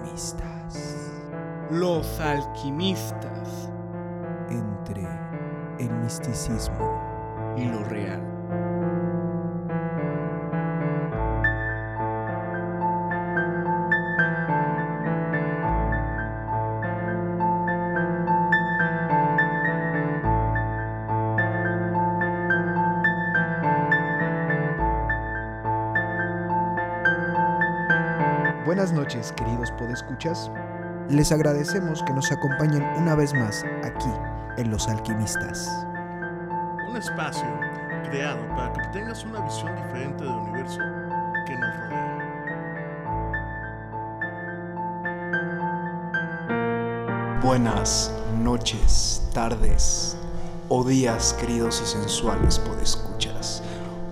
alquimistas. Los alquimistas entre el misticismo. y lo real. Buenas noches, queridos podescuchas. Les agradecemos que nos acompañen una vez más aquí en Los Alquimistas. Un espacio creado para que tengas una visión diferente del universo que nos rodea. Buenas noches, tardes o días, queridos y sensuales podescuchas.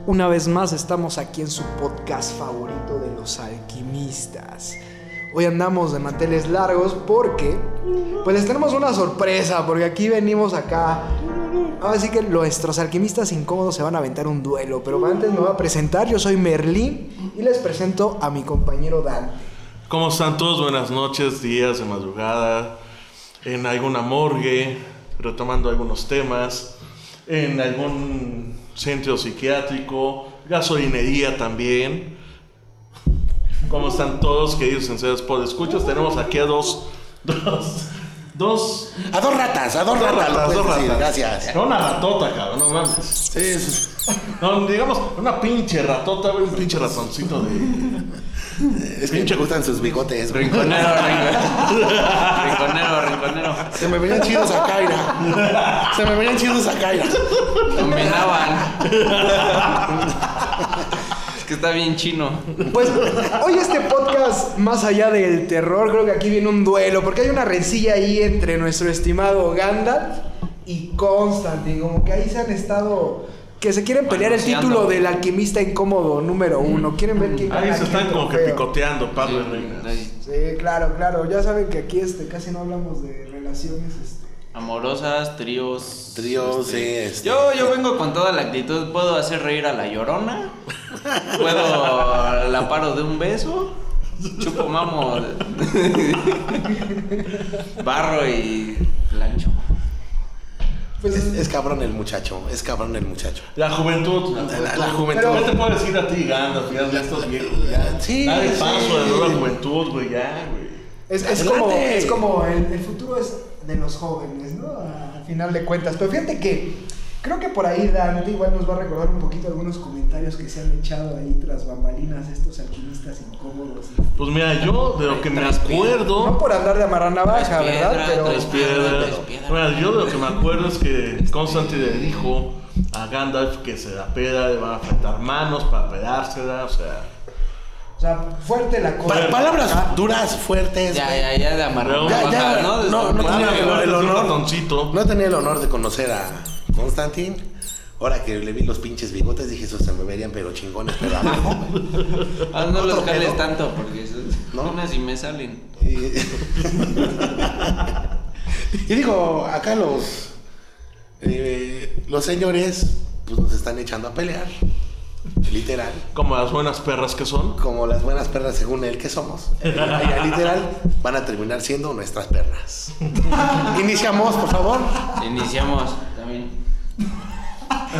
Una vez más estamos aquí en su podcast favorito de los alquimistas. Hoy andamos de manteles largos porque pues les tenemos una sorpresa, porque aquí venimos acá. Así que nuestros alquimistas incómodos se van a aventar un duelo, pero antes me voy a presentar, yo soy Merlín y les presento a mi compañero Dan. ¿Cómo están todos? Buenas noches, días de madrugada, en alguna morgue, retomando algunos temas, en algún centro psiquiátrico, gasolinería también. ¿Cómo están todos, queridos sinceros por escuchas? Tenemos aquí a dos, dos, dos, A dos ratas, a dos, dos ratas, ratas, lo dos puedes decir, ratas. pues, gracias. No, una ratota, cabrón, no mames. Sí, sí, sí. No, digamos, una pinche ratota, güey, un pinche ratoncito de. es que Pinche- me gustan sus bigotes. güey. Rinconero, rinconero. Rinconero, rinconero. Se me venían chidos a Kaira. Se me venían chidos a Kaira. Combinaban. Es que está bien chino. Pues hoy este podcast, más allá del terror, creo que aquí viene un duelo, porque hay una rencilla ahí entre nuestro estimado Gandalf y Constantine, como que ahí se han estado... Que se quieren pelear el Manoseando. título del alquimista incómodo número uno. ¿Quieren ver quién Mm. Ahí gana, se están quién como que trofeo? picoteando, Pablo y Reina. Ahí. Sí, claro, claro. Ya saben que aquí este, casi no hablamos de relaciones. Este. Amorosas, tríos. Tríos, sí, este. Yo, yo vengo con toda la actitud. Puedo hacer reír a la llorona. Puedo la paro de un beso. Chupo mamo. Barro y plancho. Pues, Es, es cabrón el muchacho, es cabrón el muchacho. La juventud. La- la juventud. Pero- ¿Qué te puedo decir a ti, Gandalf? Ya, ya estás viejo, ya. Sí, Dale el sí. paso de la juventud, güey, ya, güey. Es, es Adelante. como, es como el, el futuro es de los jóvenes, ¿no? Al final de cuentas. Pero fíjate que creo que por ahí Dante igual nos va a recordar un poquito algunos comentarios que se han echado ahí tras bambalinas estos alquimistas incómodos. Pues mira, yo de lo que me Tres piedras. No acuerdo. por andar de amarrar navaja, Tres piedras, ¿verdad? Pero tres Piedra. Tres piedras. Bueno, yo de lo que me acuerdo es que Constantine le dijo a Gandalf que se la peda, le van a afectar manos para pedársela, o sea. o sea, fuerte la cosa. Ah, Pa- palabras duras, fuertes. Ya, güey. ya, ya de amarrar. Ya, una ya. hoja, ¿no? De No, no Ah, estar- tenía- el- el Es un honor. ratoncito. No tenía el honor de conocer a Constantin. Ahora que le vi los pinches bigotes, dije, esos se me verían, pero chingones, pero abajo. Ah, no los Otro cales pedo. tanto porque eso- No. unas y me salen. Y, y digo, acá los eh, los señores pues nos están echando a pelear, literal, Como las buenas perras que son. como las buenas perras según él que somos. eh, Ya, literal van a terminar siendo nuestras perras. Iniciamos, por favor. Iniciamos también.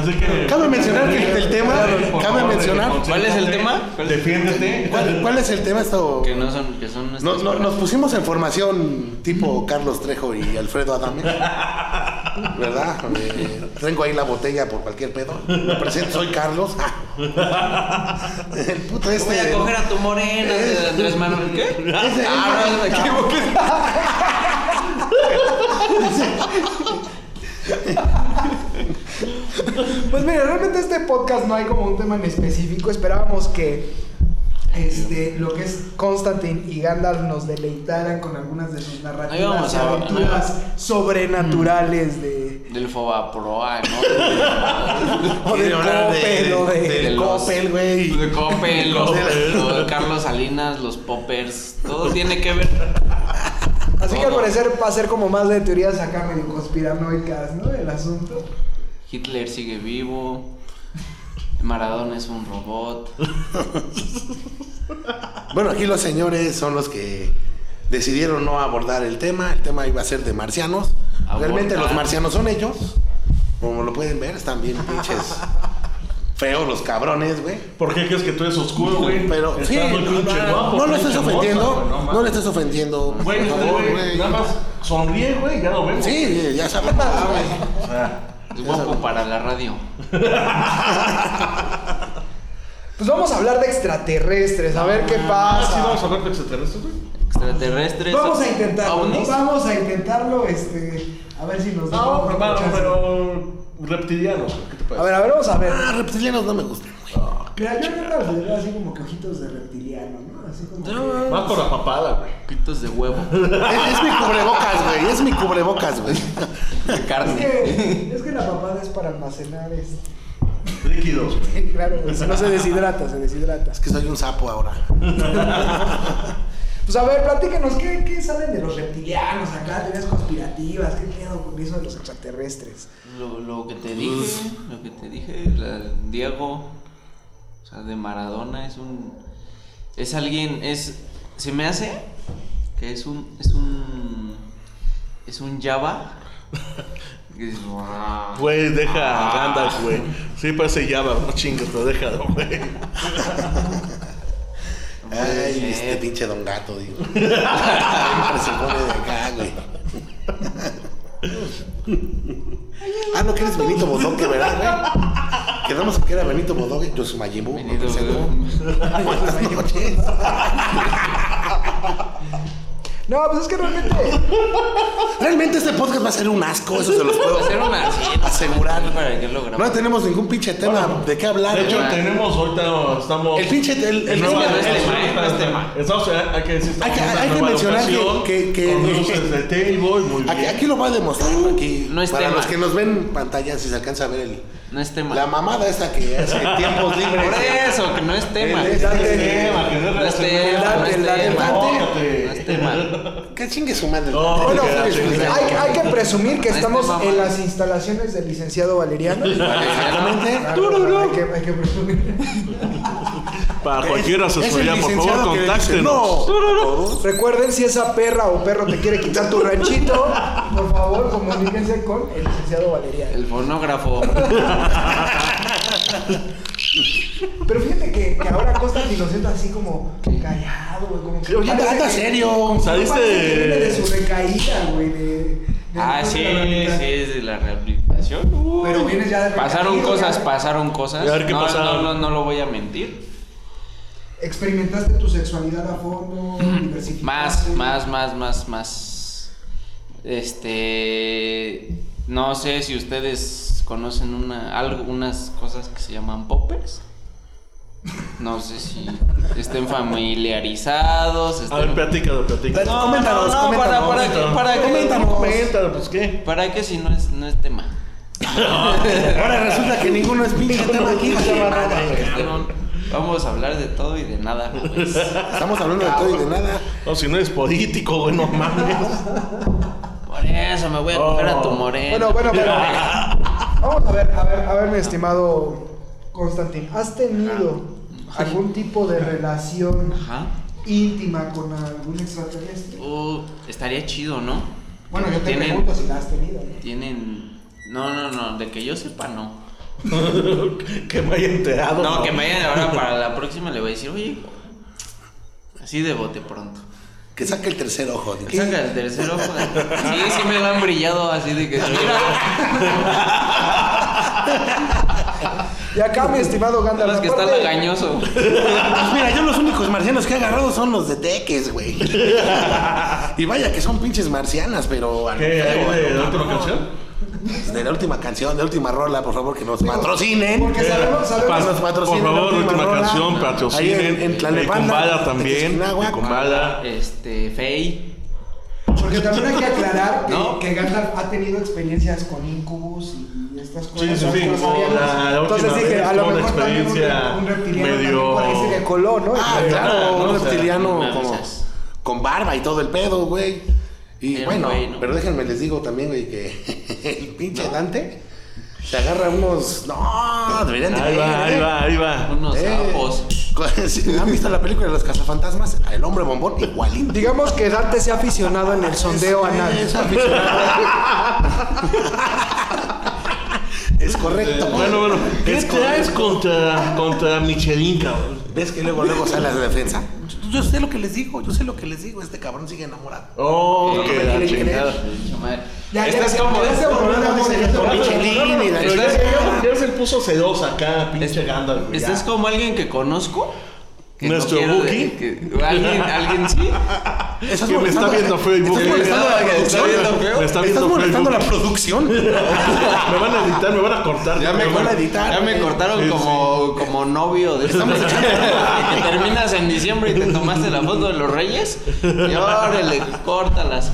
Así que. Cabe mencionar que el tema, Por cabe favor, mencionar, ¿Cuál es el tema? Defiéndete. ¿cuál, cuál es el tema esto? Que no son, que son No, nuestras no, nos palabras. pusimos en formación tipo Carlos Trejo y Alfredo Adame. ¿Verdad? Eh, tengo ahí la botella por cualquier pedo. Me presento, soy Carlos. El puto Voy este. a coger a tu morena de Andrés Manuel. ¿Qué? Ese- Ah, no, me equivoqué. Pues mire, realmente este podcast no hay como un tema en específico. Esperábamos que este, lo que es Constantine y Gandalf nos deleitaran con algunas de sus narrativas Ahí vamos y a- aventuras sobrenaturales de. Del Fobaproa, ¿no? Mm. O del Quiere hablar de- Coppel, o de- del de los- Coppel, güey. De Cope, los, Coppel. los Carlos Salinas, los Poppers, todo tiene que ver. Así que al Todo. parecer va a ser como más de teorías acá medio conspiranoicas, ¿no? El asunto. Hitler sigue vivo. Maradona es un robot. Bueno, aquí los señores son los que decidieron no abordar el tema. El tema iba a ser de marcianos. Realmente Abordar. los marcianos son ellos. Como lo pueden ver, están bien pinches feos los cabrones, güey. ¿Por qué crees que tú eres oscuro, güey? Pero Estás sí, muy no, pinche guapo, no lo pinche estés hermosa, ofendiendo. güey, no No, mames. le estés ofendiendo. Güey, por este favor, güey, güey. nada más sonríe, güey, ya lo vemos. Sí, ya sabemos, güey. O sea, Es guapo para la radio. Pues vamos a hablar de extraterrestres, a ver qué ah, sí, pasa. vamos a hablar de extraterrestres, güey. Extraterrestres. Ah, Vamos a intentarlo, ¿no? ovnis. vamos a intentarlo, este, a ver si nos No, damos pero, muchas- pero reptilianos, güey, ¿qué te parece? A ver, a ver, vamos a ver. Ah, reptilianos no me gustan. güey. Mira, yo no considero así como que ojitos de reptiliano, ¿no? Así como que- Más por la papada, güey. Quitos de huevo. Es, es mi cubrebocas, güey. Es mi cubrebocas, güey. De Es carne. que, es que la papada es para almacenar este. Líquidos, güey. Claro, pues, no se deshidrata, se deshidrata. Es que soy un sapo ahora. Pues a ver, platícanos, ¿qué, qué saben de los reptilianos acá? Teorías conspirativas, ¿qué miedo con eso de los extraterrestres? Lo, lo que Pues, te dije, lo que te dije, la- Diego, o sea, de Maradona es un, es alguien, es, se me hace que es un, es un, es un Java. que es- Güey, deja a Gandalf, güey. Sí, parece Java, no chingas, pero déjalo, güey. No puede Ay, ser. este pinche don gato, digo. Siempre se pone de acá, güey. Ah, no, que eres Benito Bodoque, ¿verdad, güey? Quedamos que era Benito Bodoque, yo soy Majibú. Benito Buenas noches. No, pues es que realmente. Realmente este podcast va a ser un asco, eso se los puedo Hacer una asegurar. para que lo No grabamos. tenemos ningún pinche tema de qué hablar. De hecho, güey. tenemos ahorita, estamos... el pinche... El, el No, tema- no es es tema, ¿eh? No es tema. tema. Estamos, hay que decir, Hay que- estamos en una hay que nueva mencionar que- locación, que- que- Con luces de table, muy bien. Aquí, aquí lo va a demostrar, güey, aquí. No es para tema. los que nos ven en pantalla, si se alcanza a ver el, No es tema. la mamada esta que hace en tiempos libres. Por eso, que no es tema. El- el Dante. Eh, que no este No es tema, no relacionado. es el Dante, el tema. Dante. No es tema. Que chingue su madre. pues, No, Bueno, que la hay, chingada. hay que presumir que Este estamos mamá. en las instalaciones del licenciado Valeriano. Exactamente. Claro, claro, hay, que, hay que presumir. Para cualquier asesoría, por favor, No. contáctenos. Recuerden, si esa perra o perro te quiere quitar tu ranchito, por favor, comuníquense con el licenciado Valeriano. El fonógrafo. Pero fíjate que, que ahora Costa ni lo siento así como callado, güey. Como que Oye, parece anda que- serio. ¿Saliste? parece que viene de su recaída, güey. de- de- Ah, de sí, la realidad. sí, es de la rehabilitación. Uy. Pero vienes ya de Pasaron recaído, cosas, ya. pasaron cosas. A ver, ¿qué no, pasaron? No, no, no lo voy a mentir. Experimentaste tu sexualidad a fondo, diversificaste. Más, más, más, más, más. Este. No sé si ustedes conocen una, algo, unas cosas que se llaman poppers. No sé si estén familiarizados. A ver, Estén... platícalo, platícalo. No, coméntanos, no, no, para, coméntanos, para, que, para que- Coméntanos, pues qué. para que si no es, no es tema. Ahora resulta que ninguno es pinche tema aquí. Esteban, Vamos a hablar de todo y de nada. pues. Estamos hablando de todo y de nada. No, si no eres político, güey, no mames. Por eso me voy a coger a tu Oh. moreno. Bueno, bueno, bueno. Vamos a ver, a ver, a ver, mi estimado Constantín. ¿Has tenido Ah. algún tipo de relación Ajá. íntima con algún extraterrestre? Uh, estaría chido, ¿no? Bueno, yo te Tienen- pregunto si la has tenido. ¿no? Tienen. No, no, no, de que yo sepa, no. que me haya enterado. No, que me vayan ahora para la próxima le voy a decir, oye, así de bote pronto. Que saque el tercer ojo. dice. Saca el tercer ojo. de- Sí, sí me lo han brillado así de que. Mira, Y acá, mi estimado Gandalf. las que está aparte- lagañoso. Pues mira, yo los únicos marcianos que he agarrado son los de Teques, güey. Y vaya que son pinches marcianas, pero... al ¿Qué? feo, ¿Hay al de mamón. otra canción? De la última canción, de la última rola, por favor, que nos patrocinen. Porque sabemos, Pa- Pas- sabemos. Pues, nos patrocinen por la favor, última última rola. canción, patrocinen. Ahí en- en Tlalnepantla, Comala también. eh, Tequisquináhuac. Comala. Este, Fey. Porque también hay que aclarar que, No. que Gandalf ha tenido experiencias con incubus y estas Sí, cosas. sí, sí, otras como áreas. la, la última Entonces dije, vez, a lo como una mejor también un, experiencia un reptiliano también medio... por ahí se le coló, ¿no? Ah, Y- claro, ¿no? un O sea, reptiliano no como, mames. con barba y todo el pedo, güey. Y Pero, bueno, güey, no. pero déjenme les digo también, güey, que el pinche Dante se agarra unos. No, deberían de Ahí ver, va, ¿eh? ahí va, ahí va. Unos Eh, sapos. Si ¿Han visto la película de los cazafantasmas? El hombre bombón, igualito. Digamos que Dante se ha aficionado en el sondeo anal. Es aficionado. Es correcto. Eh, Bueno, bueno, ¿qué Es traes contra, contra Michelin, cabrón? ¿Ves que luego, luego sale la defensa? Yo- Yo sé lo que les digo, yo sé lo que les digo. Este cabrón sigue enamorado. Oh, Eh, qué no la me quieren chingada. Ya, ya, Estás ya, como- ya se volvió una Con música. Michelin y la Pero chingada. ya, ya- ya se puso sedosa acá, pinche Gandalf. güey, Estás ya. ¿Este como alguien que conozco. que no ¿Nuestro quiero- Buki? que- ¿Alguien, alguien sí. Estás Que me está molestando- viendo feo y estás Buki. molestando a la Me eh. está producción. viendo feo. Me está Estás viendo feo y molestando a Buki. la producción. Me van a editar, me van a cortar. me van van a editar. Ya me cortaron Sí, como, como novio de esta persona. que terminas en diciembre y te tomaste la foto de los reyes. Y órale, córtalas.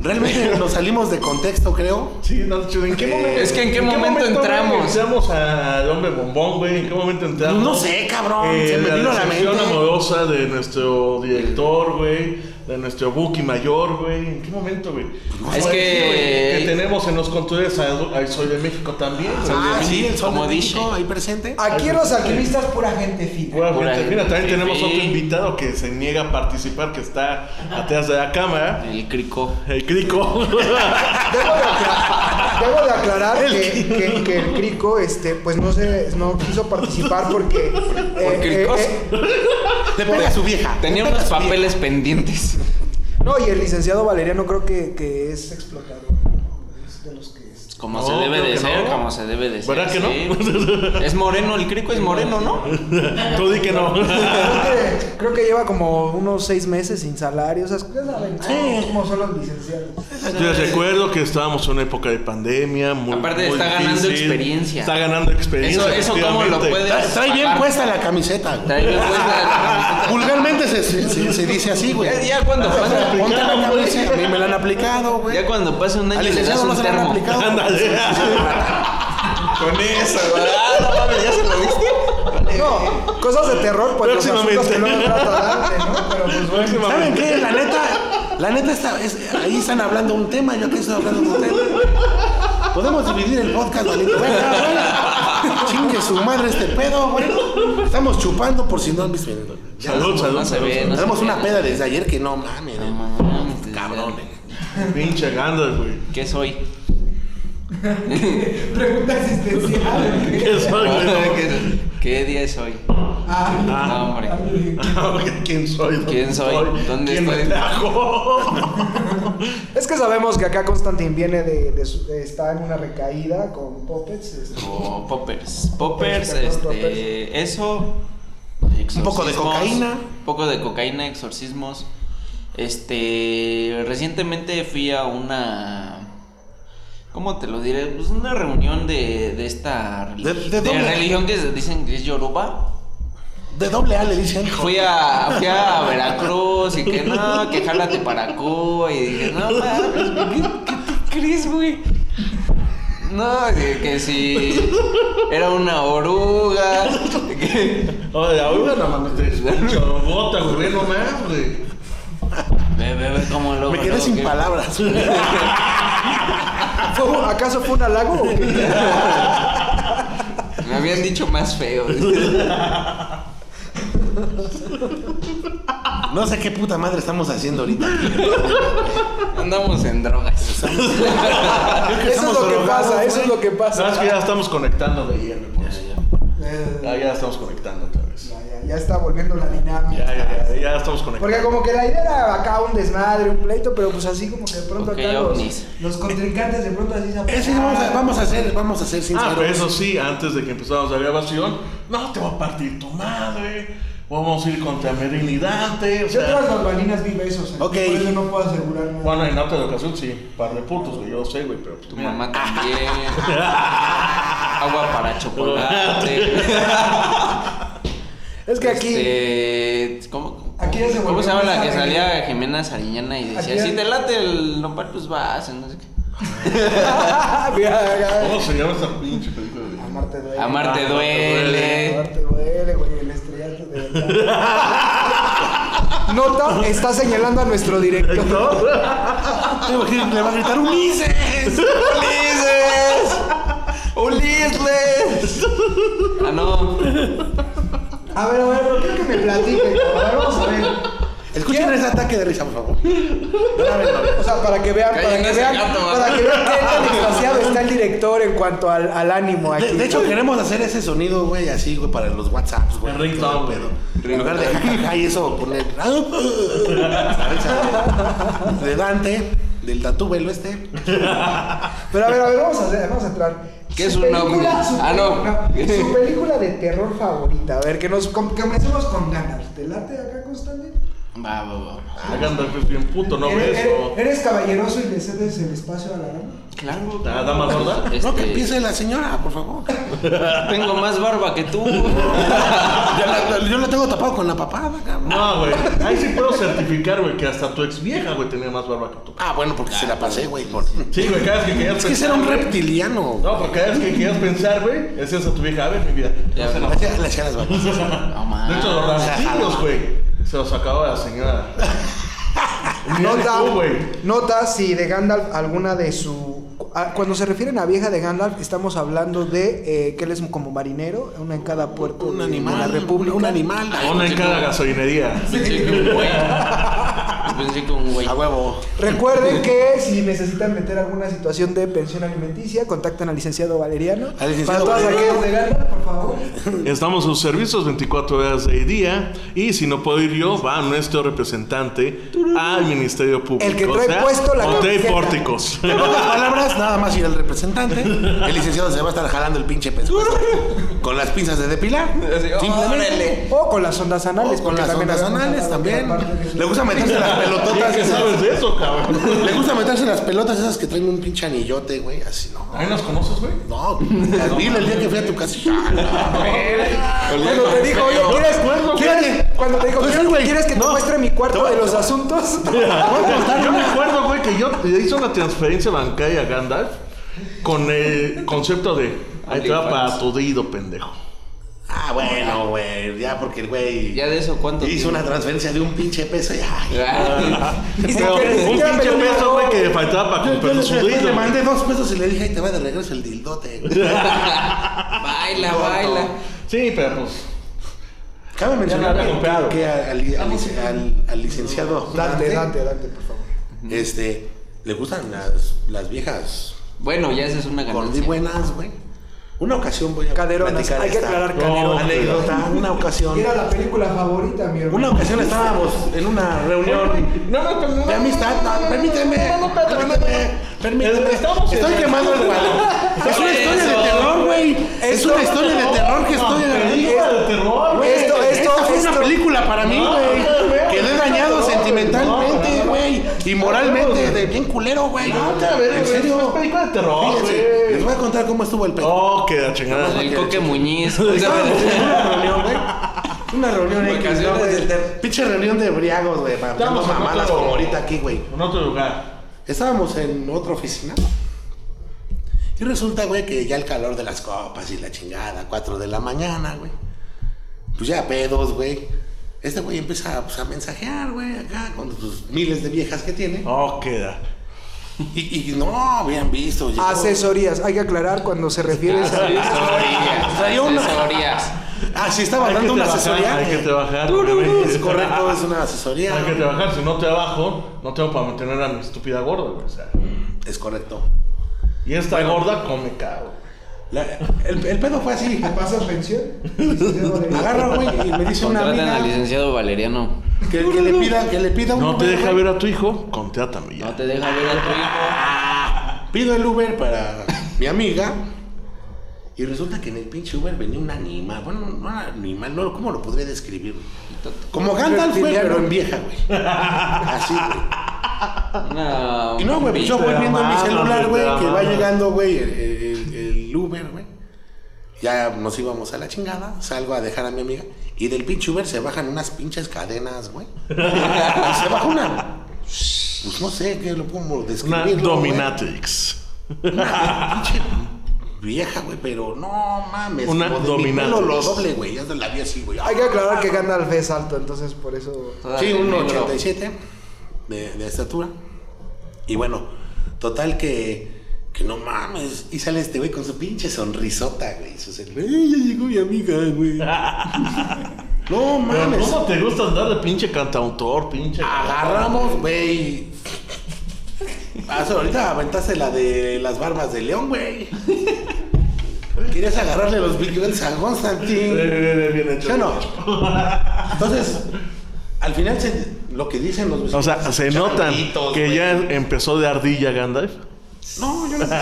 Realmente nos salimos de contexto, creo. Sí, no, chido, ¿en qué momento? Es que ¿en qué momento entramos? Entramos al hombre bombón, güey. ¿En qué momento entramos? No sé, cabrón. Eh, se me la vino a la mente. decepción amorosa de nuestro director, güey. De nuestro Buki mayor, güey. ¿En qué momento, güey? Es Como que- aquí, güey, Que tenemos en los controles a, a Soy de México también, güey. Ah, Sol de sí, el sol como de México, dije. ahí presente. Aquí en los alquimistas pura gente fina. Bueno, Por gente, ahí. mira, también Sí, tenemos sí. otro invitado que se niega a participar, que está atrás de la cámara. El crico. El Crico. Debo de aclarar, debo de aclarar que, que- que el crico este, pues no, se, no quiso participar porque... eh, cricoso. Te pega su vieja. Tenía unos papeles pendientes. no, y el licenciado Valeriano creo que, que es explotador. Es de los que es. Como No, se debe Oh, creo de que ser, no. como se debe de ser. ¿Verdad que no? sí. Es moreno, el crico es moreno, ¿no? Tú di que no. Creo que, creo que lleva como unos seis meses sin salario. O sea, ya saben ¿no? cómo son los licenciados. Les recuerdo que estábamos en una época de pandemia. Muy, Aparte, muy está ganando difícil. experiencia. Está ganando experiencia. Eso- eso cómo lo efectivamente. puede- Trae, trae bien pues, Pagar. puesta la camiseta. güey. Trae bien puesta la camiseta. Vulgarmente se, se- se- se dice así, güey. Ya- Ya cuando pasa, Ponte la camiseta. A mí me la han aplicado, güey. ya cuando pasa un año Al le das licenciado no un se la han termo. aplicado. Ándale. Con eso, ah, no mames, ya se lo diste. No, cosas de terror, pues los Próximamente. asuntos que no trata Dante, ¿no? Pero pues bueno. ¿Saben qué? La neta, la neta está, es- ahí están hablando un tema, yo aquí estoy hablando de un tema. Podemos dividir el podcast, Valito. Venga, güey. Chingue su madre este pedo, güey. Estamos chupando por si no han visto. Ya Salud, salud. No se salud, ve, salud. no Tenemos se ve. una peda desde ayer que no mames. No eh. mames, desde- Cabrón, eh. Pinche Gandalf, güey. ¿Qué soy? Pregunta existencial. ¿Qué soy, güey? No. ¿Qué, qué día es hoy? Ah, No, hombre. Ah, ok, ¿Quién soy? ¿Dónde ¿Quién soy? estoy? ¿Dónde ¿Quién me estoy? trajo? Es que sabemos que acá Constantin viene de, de su- de- está en una recaída con Puppets. este. O Oh, poppers. Poppers, Poppers, este. perdón, Eso. Un poco de exorcismos, cocaína. Un poco de cocaína, exorcismos. Este. Recientemente fui a una. ¿Cómo te lo diré? Pues una reunión de, de esta. ¿De- de dónde? religión que se- dicen que es Yoruba. De doble A le dicen. Fui a, fui a Veracruz y que no, que jálate para Cuba. Y dije, no mames, ¿qué, qué te crees, güey? No, que, que si era una oruga. que- Oye, ahora no mames, te escucho. Bota, güey, no mames, güey. Ve, ve, ve cómo lo Me quedé sin palabras. güey. ¿Fue- ¿Acaso fue un halago? o qué? Me habían dicho más feo. No sé qué puta madre estamos haciendo ahorita. Andamos en drogas. Eso es Estamos lo que drogados, pasa, eso güey. es lo que Sabes pasa. que ya estamos conectando de hielo, pues. Ah, Eh, Ya, ya estamos conectando otra vez. ya, ya- ya está volviendo la dinámica. Ya, ya, ya, ya estamos conectando. Porque como que la idea era acá un desmadre, un pleito, pero pues así como que de pronto Ok, acá los, ovnis. los contrincantes de pronto así se Ese Eh, vamos a, vamos a ser, vamos a ser sinceros. Ah, pero eso sí, antes de que empezáramos la grabación, no te va a partir tu madre, vamos a ir contra Merlin y Dante, o Yo sea, tras bambalinas vi besos, ¿eh? Ok. por eso no puedo asegurar nada. bueno, en otra ocasión sí, par de putos, güey, yo lo sé, güey, pero pues, Tu mira. mamá también. Agua para chocolate. Es que aquí... Este, ¿cómo, Aquí ya se cómo volvió se llama la más que alegre. salía Jimena Sariñana y Aquí decía, ya- si te late el nopal, pues vas, no sé qué. Mira, mira, ¿Cómo se llama esa pinche película? güey? Amarte duele. Amarte Ah, duele. Amarte duele, güey, el estrellato de verdad. Nota está señalando a nuestro director. Me imagino que le va a gritar Ulises. ¡Ulises! ¡Ulises! Ah, no. A ver, a ver, pero quiero que me platiquen. A ver, vamos a ver. Escuchen ese ataque de risa, por favor. O sea, para que vean, para Cayendo que ese vean, gato, ¿no? para que vean qué tan desgraciado está el director en cuanto al, al ánimo aquí. De, de hecho, queremos hacer ese sonido, güey, así, güey, para los WhatsApps, güey. El ringtone, Todo güey. el pedo. En lugar de jajaja y eso, poner. ¿sabes? De Dante, del tatúbelo este. Pero a ver, a ver, vamos a, hacer- vamos a entrar. ¿Qué Su es un ovni? su Ah, no. película- Su película de terror favorita. A ver, que nos com- comencemos con ganas. ¿Te late acá, Constante? Va, va, va. Ah, Gandalf es bien puto, no ve ¿Eres, eso. eres- eres caballeroso y le cedes el espacio a la dama? Claro. ¿La dama gorda? Este, No, que empiece la señora, por favor. Tengo más barba que tú. Ya la- la- yo lo tengo tapado con la papada, cabrón. No, güey. Ahí sí puedo certificar, güey, que hasta tu ex vieja, güey, tenía más barba que tú. Ah, bueno, porque se la pasé, güey. por- Sí, güey, cada vez que querías Es que ese era un reptiliano. No, porque cada vez que querías pensar, güey, es eso tu vieja. A ver, mi vida. Ya, se no. Le hacía- le hacía las babas. No mames. De hecho, los rastrillos, güey, se los sacaba la señora. Ah, No, tú, güey. nota si de Gandalf alguna de su... a- Cuando se refieren a vieja de Gandalf, estamos hablando de eh, que él es como marinero, una en cada puerto Un de- animal, de la República. Un animal. Una en cada gasolinería. Pensé que un güey. Pensé que un güey. A huevo. Recuerden que si necesitan meter alguna situación de pensión alimenticia, contactan al licenciado Valeriano. Al licenciado Para todas Valeriano. aquellas de Gandalf, por favor. Estamos a sus servicios 24 horas de día. Y si no puedo ir yo, va nuestro representante al Ministerio Público. El que trae puesto la Hotel camiseta. Pórticos. En pocas palabras, nada más ir al representante. El licenciado se va a estar jalando el pinche pescuezo con las pinzas de depilar. Así, Simplemente. O con las ondas anales. O Con porque las también ondas hemos anales hablado que también. era parte de su- Le gusta meterse las pelototas. ¿Qué sabes de eso, cabrón? Le gusta meterse las pelotas esas que traen un pinche anillote, güey. Así no. ¿Ahí nos conoces, güey? No, las vi el día que fui a tu casa. Cuando te dijo, oye, ¿quieres, ¿quieres, cuando te dijo, Pues sí, ¿quieres, güey. ¿quieres que te No. muestre mi Te cuarto voy- de los asuntos? Yo me acuerdo, güey, que yo le hice una transferencia bancaria a Gandalf con el concepto de ahí te va para tu dedo, pendejo. Ah, bueno, güey. Ya porque el güey Ya de eso, ¿cuánto? hizo tiempo? una transferencia de un pinche peso. Ya. Ah, Dice Pero que ni un siquiera pinche me lo peso, dio. güey, que le faltaba para Yo, yo comprar le- su después le dedo. mandé dos pesos y le dije, ahí te va de regreso el dildote. güey". Baila, baila. Sí, pero pues. Cabe mencionar lo había que- comprado. que al, al- al- al licenciado Dante, Dante, Dante, Dante, por favor. este, le gustan las, las viejas Bueno, ya esa es una ganancia. gordibuenas, güey. Una ocasión voy a Caderonas, platicar hay que esta aclarar caderonas. anécdota, una ocasión. Era la película favorita, mi hermano. Una ocasión estábamos en una reunión No, no, no, de amistad. No, permíteme, permíteme, permíteme. Estamos en- Estoy quemando el palo. Es una historia de terror, güey. Es una historia de terror que estoy película de terror, güey. Esto, esto, Esta fue una esto. película para mí, güey. Quedé dañado sentimentalmente, güey. Y moralmente, de bien culero, güey. Ah, En Es serio. película de terror, Fíjense, Les güey. voy a contar cómo estuvo el pedo. Oh, que la chingada. El coque muñiz. pues, Estábamos en una reunión, güey. Una reunión X, ¿no, Vacaciones güey? del ter- Pinche reunión de briagos, güey. Para Estamos meternos en mamadas otro- como ahorita aquí, güey. En otro lugar. Estábamos en otra oficina. Y resulta, güey, que ya el calor de las copas y la chingada, 4 de la mañana, güey. Pues ya pedos, güey. Este güey empieza pues, a mensajear, güey, acá con sus miles de viejas que tiene. Oh, queda. Y, y no, habían visto. llegó- Asesorías, hay que aclarar cuando se refiere Ah, a... Asesorías. Traía una- Asesorías. Ah, sí, estaba Hay que dando una trabajar, asesoría. Hay que trabajar. Es obviamente. correcto, es una asesoría. Hay que trabajar. Si no trabajo, no tengo para mantener a mi estúpida gorda, güey. O sea. Es correcto. Y esta gorda come cago. La- el, el pedo fue así. ¿Te pasa pensión? Agarra, güey, y me dice una Contratan al amiga licenciado Valeriano. que, que le pida, que le pida un No te Uber, deja güey. ver a tu hijo, contrátame ya. No te deja ver a Pido el Uber para mi amiga. Y resulta que en el pinche Uber venía un animal. Bueno, no era animal, no, ¿cómo lo podría describir? tu hijo. Como Gandalf, güey, Reptiliano. pero en vieja, güey. Así, güey. Una Y no, güey, pues yo voy Te viendo en mi amamos, celular, te güey, que va amamos. llegando, güey, el, el- el Uber, güey. Ya nos íbamos a la chingada. Salgo a dejar a mi amiga. Y del pinche Uber se bajan unas pinches cadenas, güey. Y se baja una. Pues no sé, ¿qué lo puedo Una describir? dominatrix. pinche vieja, güey, pero no mames. Una como de mi dominante. pelo Lo doble, güey. Ya la vi así, güey. Hay que aclarar que Gandalf es alto, entonces por eso... Sí, un uno 87 de, de estatura. Y bueno, total que. Que no mames. Y sale este güey con su pinche sonrisota, güey. Su cel- ¡Ey, ya llegó mi amiga, güey! Ah, Pero No mames. Ah, ¿Cómo te gusta andar de pinche cantautor, pinche? Agarramos, güey. Ah, ahorita aventaste la de las barbas de león, güey. Querías agarrarle los Big Guns a Bien, Constantine. bien, bien, bien hecho. Yo no. Entonces, al final se- lo que dicen los O sea, se notan Charlitos, que güey. ya empezó de ardilla Gandalf. No, yo no sé.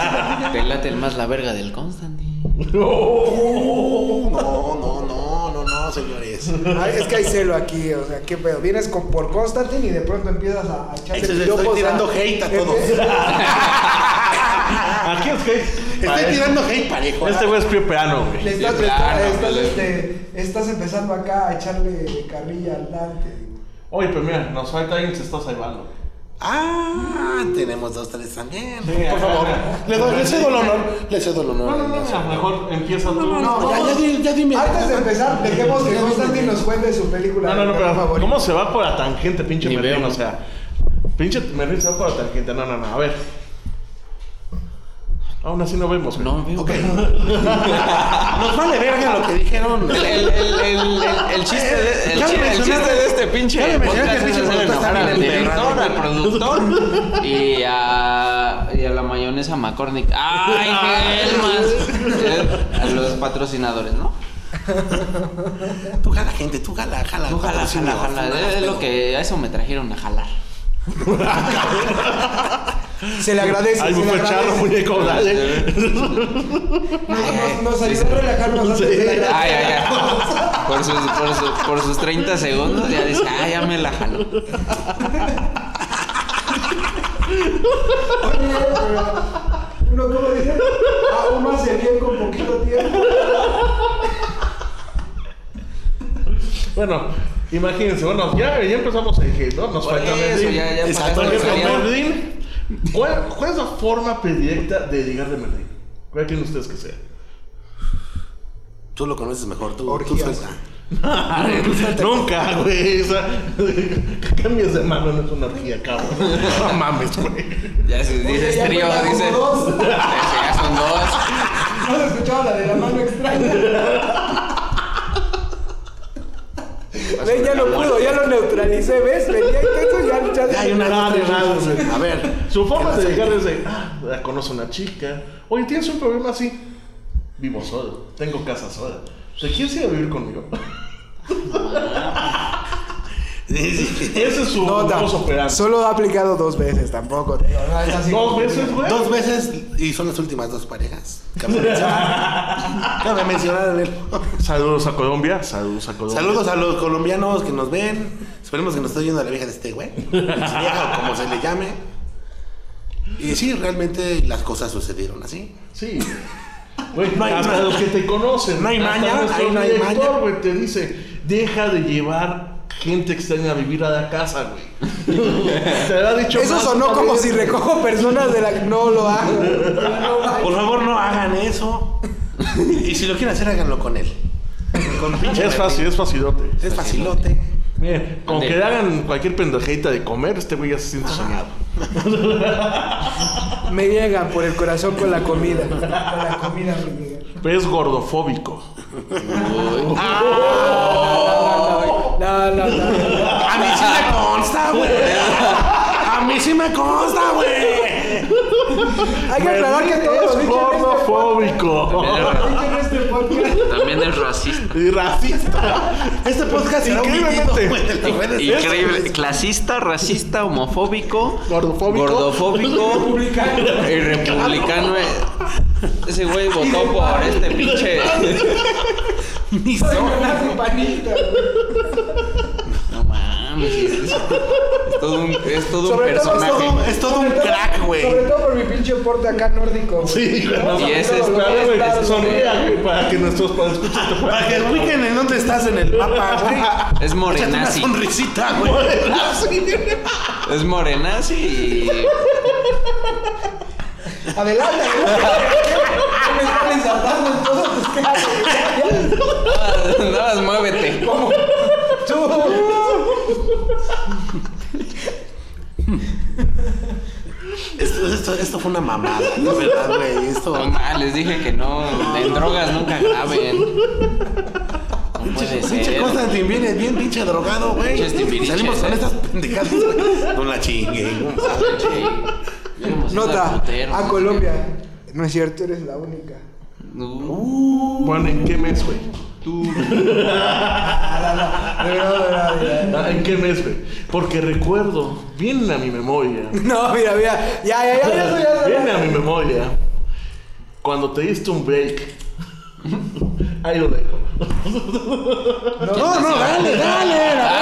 Te late el más la verga del Constantine. No, no, no, no, no, señores. Ay, es que hay celo aquí, o sea, qué pedo. Vienes con, por Constantine y de pronto empiezas a, ¿eh? a echarle Entonces, piropos estoy tirando a- hate a todos. Aquí es que. Estoy tirando hate parejo. Este güey es piopeano, Le güey. estás, De plano, le estás- güey. este, estás empezando acá a echarle carrilla al Dante. Oye, pero mira, nos falta alguien que se está salvando. Ah, tenemos dos, tres también. Sí, Por favor, ajá. le, doy, le cedo el honor. Le cedo el honor. No, no, no, mira, mejor empieza tú. No, no, Ya, ya di, ya di mi- Antes de empezar, dejemos que Ya di mi- Constantine nos cuente su película no, no, de pero favorita. ¿cómo se va por la tangente, pinche Ni Merlín? veo. O sea, pinche Merlín se va por la tangente. No, no, no, a ver. Aún así no vemos. güey. No, Ok. veo. Nos vale verga lo que dijeron. Eh, El, el, el, el, el chiste de, el Ya chi- me el mencionaste- chiste de este ya me pinche mencionaste podcast que el es pinche hacer productor enojar al está bien director, al enterrado. productor y a, y a la mayonesa McCormick. ¡Ay, Helmas! A los patrocinadores, ¿no? Tú jala, gente, tú jala, jala. Tú jala, jala, patrocinio, jala. jala, Es lo pedo. que a eso me trajeron a jalar. Se le agradece, Ay, se me le fue agradece. charro, muñeco, dale. Nos, nos ayudó a relajarnos antes de Ay, ir a- Este, ay, ay. Por sus, por, su- por sus 30 segundos ya dice, ah, ya me la jaló. Oye, pero Uno como dice, aún más se bien con poquito tiempo. Bueno, imagínense, bueno, ya, ya empezamos a decir, Pues ¿no? Nos Por falta eso, Merlín. ya, ya Exacto, Por pagaste ejemplo, el salario. Merlín. ¿Cuál, cuál es la forma predilecta de llegar de Merlín? ¿Cuál tienen ustedes que sea? Tú lo conoces mejor, tú. Orgías. tú sabes. Nunca, güey. O sea, cambias de mano, no es una orgía, cabrón. No mames, güey. Ya se dices ya trío, cuenta como dice. dos. Ya son dos. ¿No has escuchado la de la mano extraña? Ven, ya lo pudo, ya lo neutralicé, ¿ves? Venía intenso y ya, ya- Ya hay una Nada de nada, güey. A ver. Su forma ¿qué de vas a llegar hacer? es de, ah, la conozco una chica. Oye, ¿tienes un problema así? Vivo solo, tengo casa sola. ¿Te quieres ir a vivir conmigo? Ese es su No, tam- modus operandi. solo ha aplicado dos veces tampoco, tío. No, es así Dos como- veces, güey. Dos veces y son las últimas dos parejas. Cabe mencionar. Cabe mencionar en él. Saludos a Colombia, saludos a Colombia. Saludos a los colombianos que nos ven. Esperemos que nos esté oyendo la vieja de este güey. Su vieja o como se le llame. Y sí, realmente las cosas sucedieron así. Sí. Güey, No hay hasta maña. los que te conocen. No hay hasta maña, nuestro ahí no hay director, maña. güey, te dice, deja de llevar gente extraña a vivir a la casa, güey. te lo ha dicho Eso más sonó una como vez, si güey. recojo personas de la... No lo hago. Por favor, no hagan eso. Y si lo quieren hacer, háganlo con él. Con pinche Es fácil, es facilote. Es facilote. Miren, con Ande. que le hagan cualquier pendejita de comer, este güey ya se siente soñado. Me llegan por el corazón con la comida. Con la comida me llegan. Pero es gordofóbico. No, no, no, no. A mí sí me consta, güey. A mí sí me consta, güey. Hay que aclarar que todo lo es dicho en este gordofóbico. dicho en este podcast. También es racista. Y racista. Este podcast será Increíblemente. omitido, güey, de las redes Increíble. sociales. Clasista, racista, homofóbico. Gordofóbico. Gordofóbico. Y republicano. eh. Ese güey votó por este pinche. Soy una campanita. No mames. Es, es todo un, es todo un Sobre todo Es todo personaje. un- Es todo un Sobre todo- crack, Sobre güey. todo por mi pinche porte acá nórdico. Sí, güey. No, Y ese es- sobre todo Claro, lo que güey, estás, sonría, güey, para que nuestros padres escuchen tu Para que expliquen en dónde estás en el mapa, güey. Es Échate una morenazi. sonrisita, güey. Es morenazi y. Adelante. güey. Me están ensartando en todos tus casos. Nada más muévete. Esto, esto, esto fue una mamada, de verdad, güey. Esto. Ah, No, ma, les dije que no. En drogas nunca graben. No pueden puede Pinche ser. Constantin viene bien pinche drogado, güey. Pinches timbiriches, Salimos con eh. estas pendejadas, güey. No la chinguen. Éramos unas Nota puteras, a ¿no? Colombia. No es cierto, eres la única. No. Bueno, ¿en qué mes, güey? De verdad, de verdad, de verdad. Ah, ¿En qué mes, güey? Porque recuerdo, viene a mi memoria. No, mira, mira. Ya, ya, ya, ya, ya, ya, ya. Viene a mi memoria. Cuando te diste un break. Ahí lo dejo. No, no, dale, dale.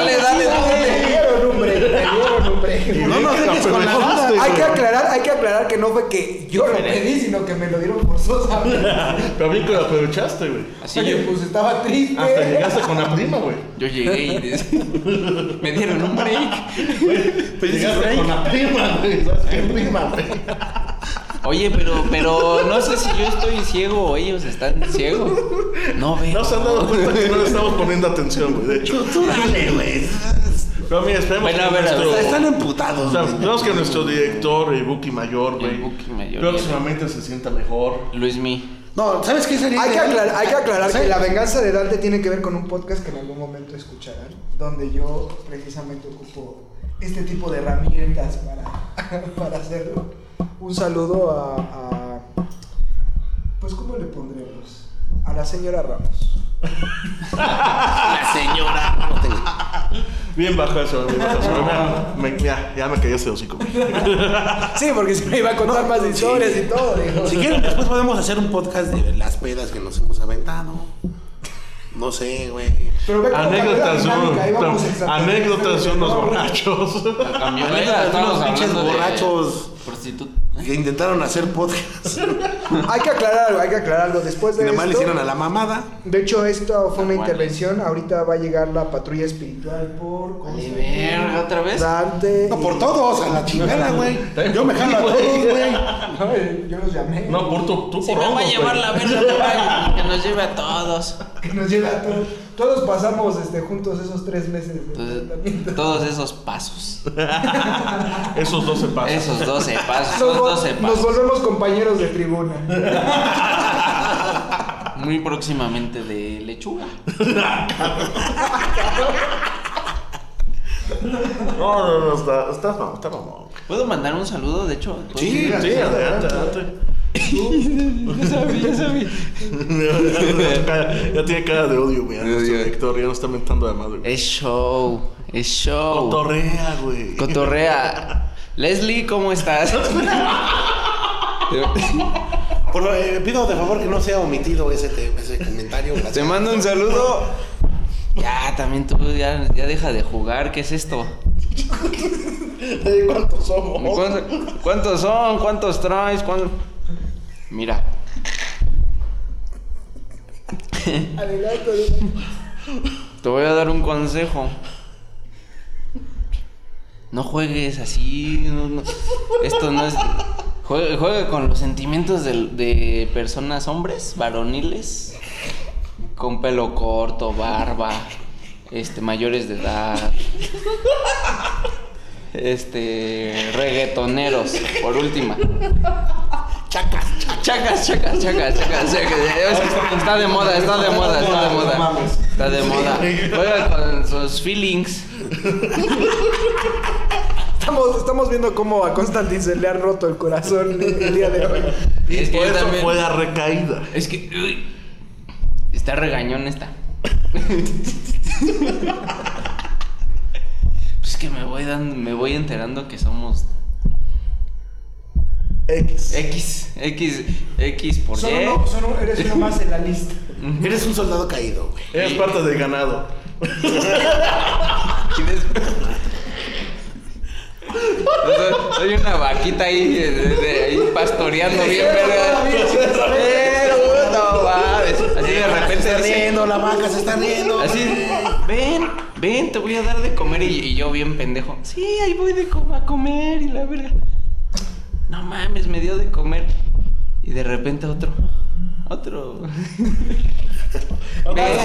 Dale, dale, Me dale. dieron un break, me dieron un break. No nos dejes con la duda. Hay que aclarar, hay que aclarar que no fue que yo lo pedí, sino que me lo dieron forzosamente. Pero bien que lo aprovechaste, güey. Así Oye, yo, pues estaba triste. Hasta Eh. llegaste con la prima, güey. yo llegué y des- me dieron un break. Llegaste con la prima, güey. ¿Sabes qué prima, güey? Oye, pero, pero no sé si yo estoy ciego o ellos están ciegos. No ven. No se han dado cuenta que no le estamos poniendo atención, güey. De hecho. Tú dale, güey. Pero mira, esperemos Bueno, a que ver, a ver. nuestro- Están o emputados, sea, güey. esperemos que nuestro director, el Buki Mayor, El güey, Buki Mayor. próximamente se sienta mejor. Luis Mi. No, ¿sabes qué sería? Hay que ideal? aclarar, hay que, aclarar ¿Sabes? que la venganza de Dante tiene que ver con un podcast que en algún momento escucharán, donde yo precisamente ocupo este tipo de herramientas para, para hacerlo. Un saludo a, a- Pues, ¿cómo le pondremos? A la señora Ramos. La señora. Ah, Bien bajo eso, bien bajo eso. Mira, me- ya, ya me cayó ese hocico, güey. Sí, porque si me iba a contar más historias y todo, dijo. Si quieren, después podemos hacer un podcast de las pedas que nos hemos aventado. No sé, güey. Pero ve cómo Anécdotas de cambió la dinámica, ahí vamos unos- exactamente. anécdotas de unos borrachos. Anécdotas de unos pinches borrachos. Prostituta. Que intentaron hacer podcast. Hay que aclarar algo, hay que aclarar algo. Después Y de nada más le esto, hicieron a la mamada. De hecho, esto fue una Juan. intervención. Ahorita va a llegar la patrulla espiritual por. Vale, verga, ¿otra vez? Dante. No, y- por todos, a la chingada, güey. Yo me jalo a todos, güey. No, eh, yo los llamé. No, por tu, tú Si por me va a hongos, llevar güey. la verga, te va- que nos lleve a todos. Que nos lleva a todos. Todos pasamos este, juntos esos tres meses. de tratamiento. Entonces, todos esos pasos. Esos dos se pasan. Esos 12 pasos. nos, Esos vol- 12 nos pasos. volvemos compañeros de tribuna. Muy próximamente de lechuga. No, no, no, está, estás mamón, estás mamón. ¿Puedo mandar un saludo, de hecho? ¿Puedo? Sí, sí, adelante, adelante. Ya sabía, ya sabía. ya tiene cara de odio, güey. Nuestro odio. director ya no está mentando de madre. güey. Es show. Es show. Cotorrea, güey. Cotorrea. Leslie, ¿cómo estás? Por lo- eh, pido de favor que no sea omitido ese, te- ese comentario. Te mando un saludo. Ya, también tú, ya, ya deja de jugar. ¿Qué es esto? ¿Cuántos somos? ¿Cuántos, cuántos son? ¿Cuántos traes? ¿Cuán- Mira. Adelante. Te voy a dar un consejo. No juegues así. no, no. Esto no es. Juega, juega con los sentimientos del- de, personas hombres, varoniles, con pelo corto, barba, este, mayores de edad, este, reggaetoneros, por última. Chacas, chacas, chacas, chacas, chacas. Es que está- Está de moda, está de moda, está de moda. Está de moda. Juega con sus feelings. Estamos, estamos viendo cómo a Constantin se le ha roto el corazón el día de hoy. Es que Por yo eso también. fue la recaída. Es que. uy, está regañón esta. pues que me voy dando, me voy enterando que somos X. X, X, X por Son Y. uno- son uno- eres uno más en la lista. Eres un soldado caído, güey. Es parte del ganado. Y después- O sea, Soy una vaquita ahí, de- de- de- ahí pastoreando bien, Eh, verga. Pero, no mames. Así de repente Se está dice, riendo, la vaca se está riendo. Así, ven, ven, te voy a dar de comer. Y, y yo, bien pendejo, sí, ahí voy de co- a comer. Y la verga, no mames, me dio de comer. Y de repente otro, otro. Ven.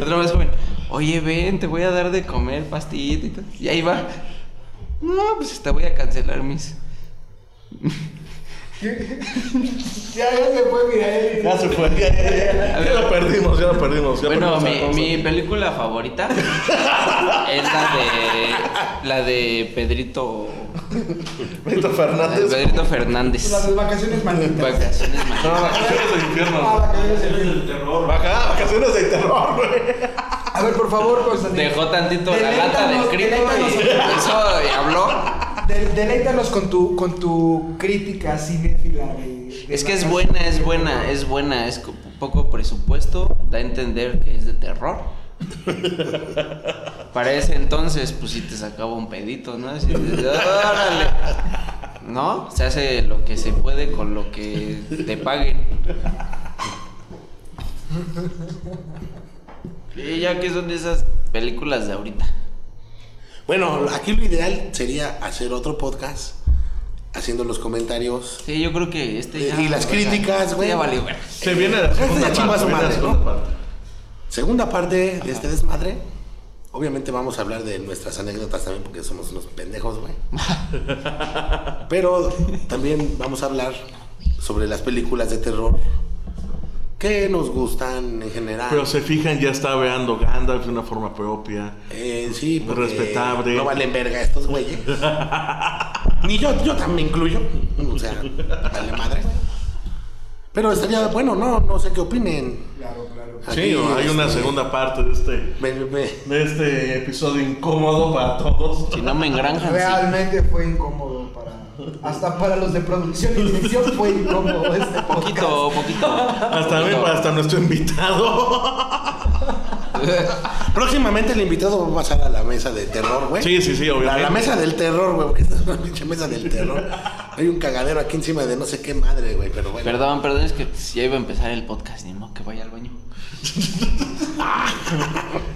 Otro más joven, oye, ven, te voy a dar de comer pastillita y todo. Y ahí va, no, pues te voy a cancelar mis. ya, ya se fue, mira. eh. Ya se fue, ya, ya, ya, ya. Ya la perdimos, ya la perdimos. ya Bueno, perdimos a mi, Constanza. mi película favorita es la de la de Pedrito Benito Fernández. Pedrito Fernández. Las vacaciones malditas. Vacaciones No, malditas. vacaciones de Ah, infierno. vacaciones del- Vaca- vacaciones de terror, güey. A ver, por favor, Constantino. Dejó tantito la Deléntanos- gata del crimen deléntanos- y empezó y habló. De- Deleítanos con tu, con tu crítica cinéfila. de- de Es que es vacaciones. buena, es buena, es buena, es co- poco presupuesto, da a entender que es de terror. Para ese entonces, pues si te sacaba un pedito, ¿no? Así de, órale. ¿No? Se hace lo que se puede con lo que te paguen. Y ya que son esas películas de ahorita. Bueno, aquí lo ideal sería hacer otro podcast haciendo los comentarios. Sí, yo creo que este ya. Y las críticas, Este güey. Ya valió, güey. Se viene la Esta segunda ya chingó a parte. viene la su madre, segunda ¿no? parte. Segunda parte de este desmadre. Obviamente vamos a hablar de nuestras anécdotas también porque somos unos pendejos, güey. Pero también vamos a hablar sobre las películas de terror que nos gustan en general. Pero se fijan, ya está veando Gandalf de una forma propia. Eh, sí, porque Respetable. No valen verga estos güeyes. Ni yo, yo también me incluyo. O sea, vale madre. Pero estaría bueno, no, no sé qué opinen. Claro, claro. Ah, Aquí, Sí, hay una este, segunda parte de este, me- me- de este episodio incómodo para todos. Si no me engranjan, sí. Realmente fue incómodo para. Hasta para los de producción y dirección fue incómodo este Poquito, poquito. Hasta, mí, hasta nuestro invitado. Próximamente el invitado va a pasar a la mesa de terror, güey. Sí, sí, sí, A obviamente. la mesa del terror, güey, porque esta es una pinche mesa del terror. Hay un cagadero aquí encima de no sé qué madre, güey, pero bueno. Perdón, perdón, es que ya iba a empezar el podcast, ni modo que vaya al baño.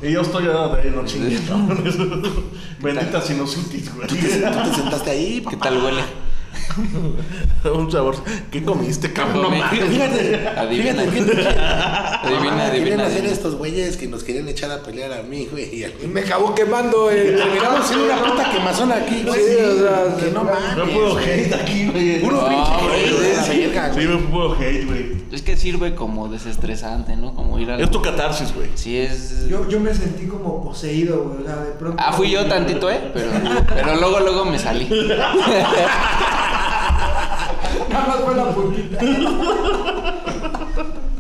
Y yo estoy al lado de ahí, no chingues, cabrones. Bendita sinusitis, güey. Tú te sentaste ahí, ¿Qué papá. tal huele? Un sabor. ¿Qué comiste, cabrón? No Comí. mames. Fíjate, Adivina. fíjate, fíjate. Adivina, Ah, Querían adivina. hacer adivina. estos güeyes que nos querían echar a pelear a mí, güey. Y al podcast. Me acabó quemando el. Terminamos siendo una puta quemazón aquí, güey. Sí, o sea, que no mames. No puedo güey. hate aquí, güey. Puro No, Ah, pinche güey, hate de la sí. verga, Sí, güey. me puedo hate, güey. Es que sirve como desestresante, ¿no? Como ir al. Es tu catarsis, güey. Sí, es. Yo, yo me sentí como poseído, güey. O sea, de pronto. Ah, fui yo tantito, ¿eh? Pero, pero luego, luego me salí. Nada más fue la puntita.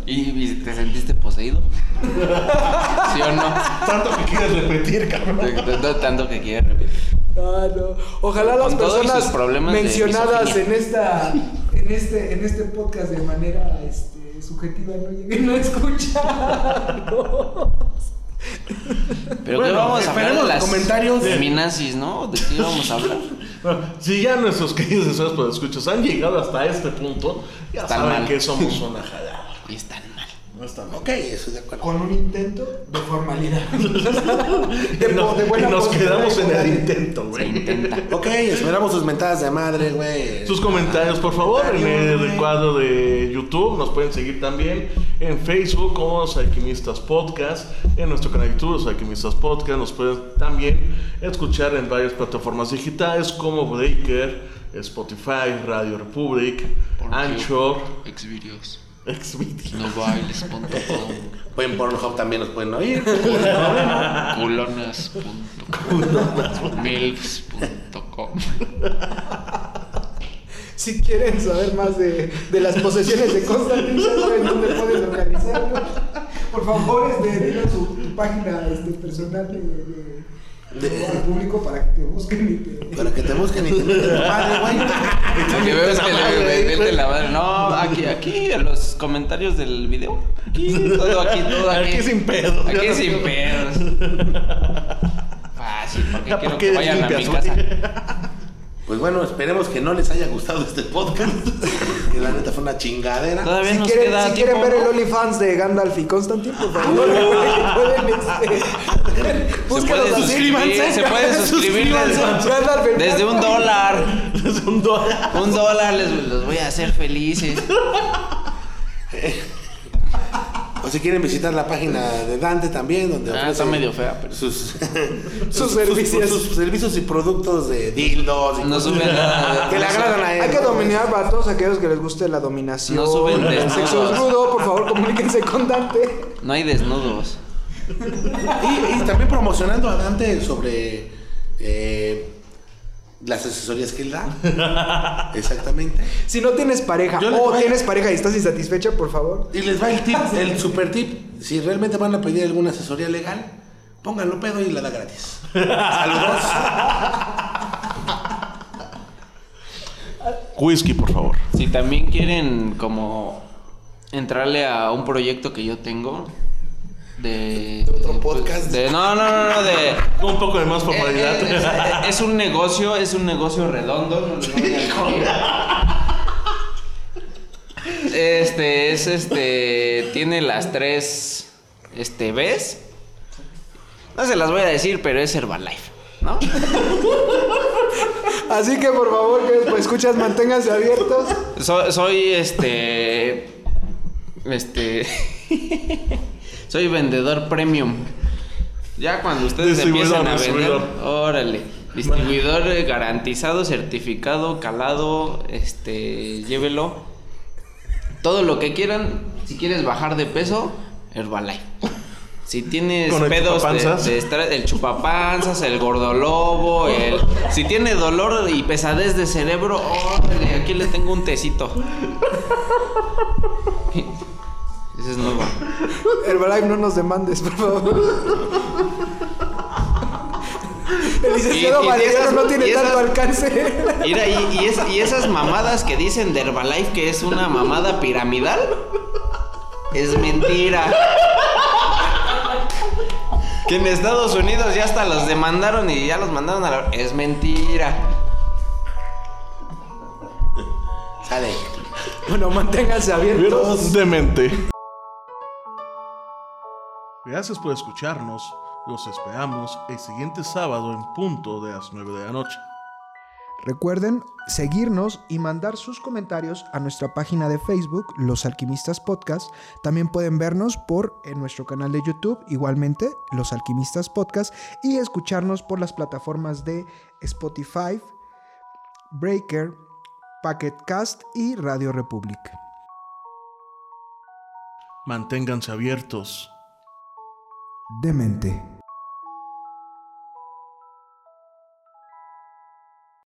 ¿Y, y te sentiste poseído? ¿Sí o no? Tanto que quieres repetir, cabrón. T- t- t- Tanto que quieres repetir. Ah, no. Ojalá las Con todo y sus personas problemas de mencionadas en misoginia. esta en este en este podcast de manera este, subjetiva no lleguen a escuchar. Pero ¿qué Bueno, vamos a hablar de esperemos las comentarios. feminazis, no? ¿De qué vamos a hablar? Bueno, Si ya nuestros queridos deseos por escuchas han llegado hasta este punto, ya Están saben mal. que somos una jalada. Y están mal. No está mal. Ok, eso de acuerdo. Con un intento de formalidad. de, y po- nos, de buena y nos postura quedamos y en el moral. intento, Se güey. intenta. Ok, esperamos sus mentadas de madre, güey. Sus comentarios, por favor, en el güey. cuadro de YouTube. Nos pueden seguir también en Facebook como Los Alquimistas Podcast. En nuestro canal de YouTube, Los Alquimistas Podcast. Nos pueden también escuchar en varias plataformas digitales como Breaker, Spotify, Radio Republic, Anchor, Exvideos. Xvideos. No bailes.com. Pueden Pornhub también nos pueden oír. culonas.com milfs.com Si quieren saber más de, de las posesiones de Constantine, ya saben dónde pueden localizarlo. Por favor, este, dinos su, tu página este, personal de, de- De- al público para que te busquen y te. Para que te busquen y te metan tu madre, güey. que veo es que le vete la madre. No, aquí, aquí, en los comentarios del video. Aquí, todo aquí, todo aquí. Aquí sin pedos. Aquí Ya no- sin pedos. Fácil, porque Ya, quiero porque que vayan a mi limpias, casa. güey. Pues bueno, esperemos que no les haya gustado este podcast. Que la neta fue una chingadera. Todavía Si nos quieren, queda si tiempo. quieren ver el OnlyFans de Gandalf y Constantine, por favor, pueden, este, Uh. se puede búsquenlos así. suscribir, se puede suscribir desde, Gandalf en- desde un dólar. Es un dólar. Un dólar les los voy a hacer felices. O si quieren visitar la página de Dante también, donde Ah, está medio fea, pero- sus, Sus servicios. sus servicios y productos de dildos. y No cosas sube nada. que le agradan a él. Hay que dominar para todos aquellos que les guste la dominación. No suben el desnudos. sexo desnudo, por favor, comuníquense con Dante. No hay desnudos. Y, y también promocionando a Dante sobre eh, las asesorías que él da. Exactamente. Si no tienes pareja Yo le- o tienes pareja y estás insatisfecha, por favor. Y les va el tip, el super tip. Si realmente van a pedir alguna asesoría legal, pónganlo pedo y la da gratis. Saludos. Whisky, por favor. Si también quieren como entrarle a un proyecto que yo tengo de, otro pues, podcast? de- no, no, no, no, de Con un poco de más eh, eh, formalidad. es, es un negocio, es un negocio redondo. no les voy a mentir. Este es este tiene las tres este Bs. No se las voy a decir, pero es Herbalife, ¿no? Así que, por favor, que pues, escuchas, manténganse abiertos. So- soy este. Este. soy vendedor premium. Ya cuando ustedes Distribuidor, empiezan a vender. distribuidor. Órale. Distribuidor eh, garantizado, certificado, calado. Este. Llévelo. Todo lo que quieran. Si quieres bajar de peso, Herbalife. Si tienes Con el pedos de- chupapanzas. de estra- el chupapanzas, el gordolobo, el si tiene dolor y pesadez de cerebro, órale, aquí le tengo un tecito. Ese es nuevo. Herbalife, no nos demandes, por favor. El licenciado Y- y Valero esas- no tiene y esas- tanto alcance. Mira, y, y es- y esas mamadas que dicen de Herbalife que es una mamada piramidal, es mentira. Que en Estados Unidos ya hasta los demandaron y ya los mandaron a la... Es mentira. Sale. Bueno, manténganse abiertos. Demente. Gracias por escucharnos. Los esperamos el siguiente sábado en punto de las 9 de la noche. Recuerden seguirnos y mandar sus comentarios a nuestra página de Facebook, Los Alquimistas Podcast. También pueden vernos por en nuestro canal de YouTube, igualmente Los Alquimistas Podcast, y escucharnos por las plataformas de Spotify, Breaker, Packet Cast y Radio Republic. Manténganse abiertos. Demente.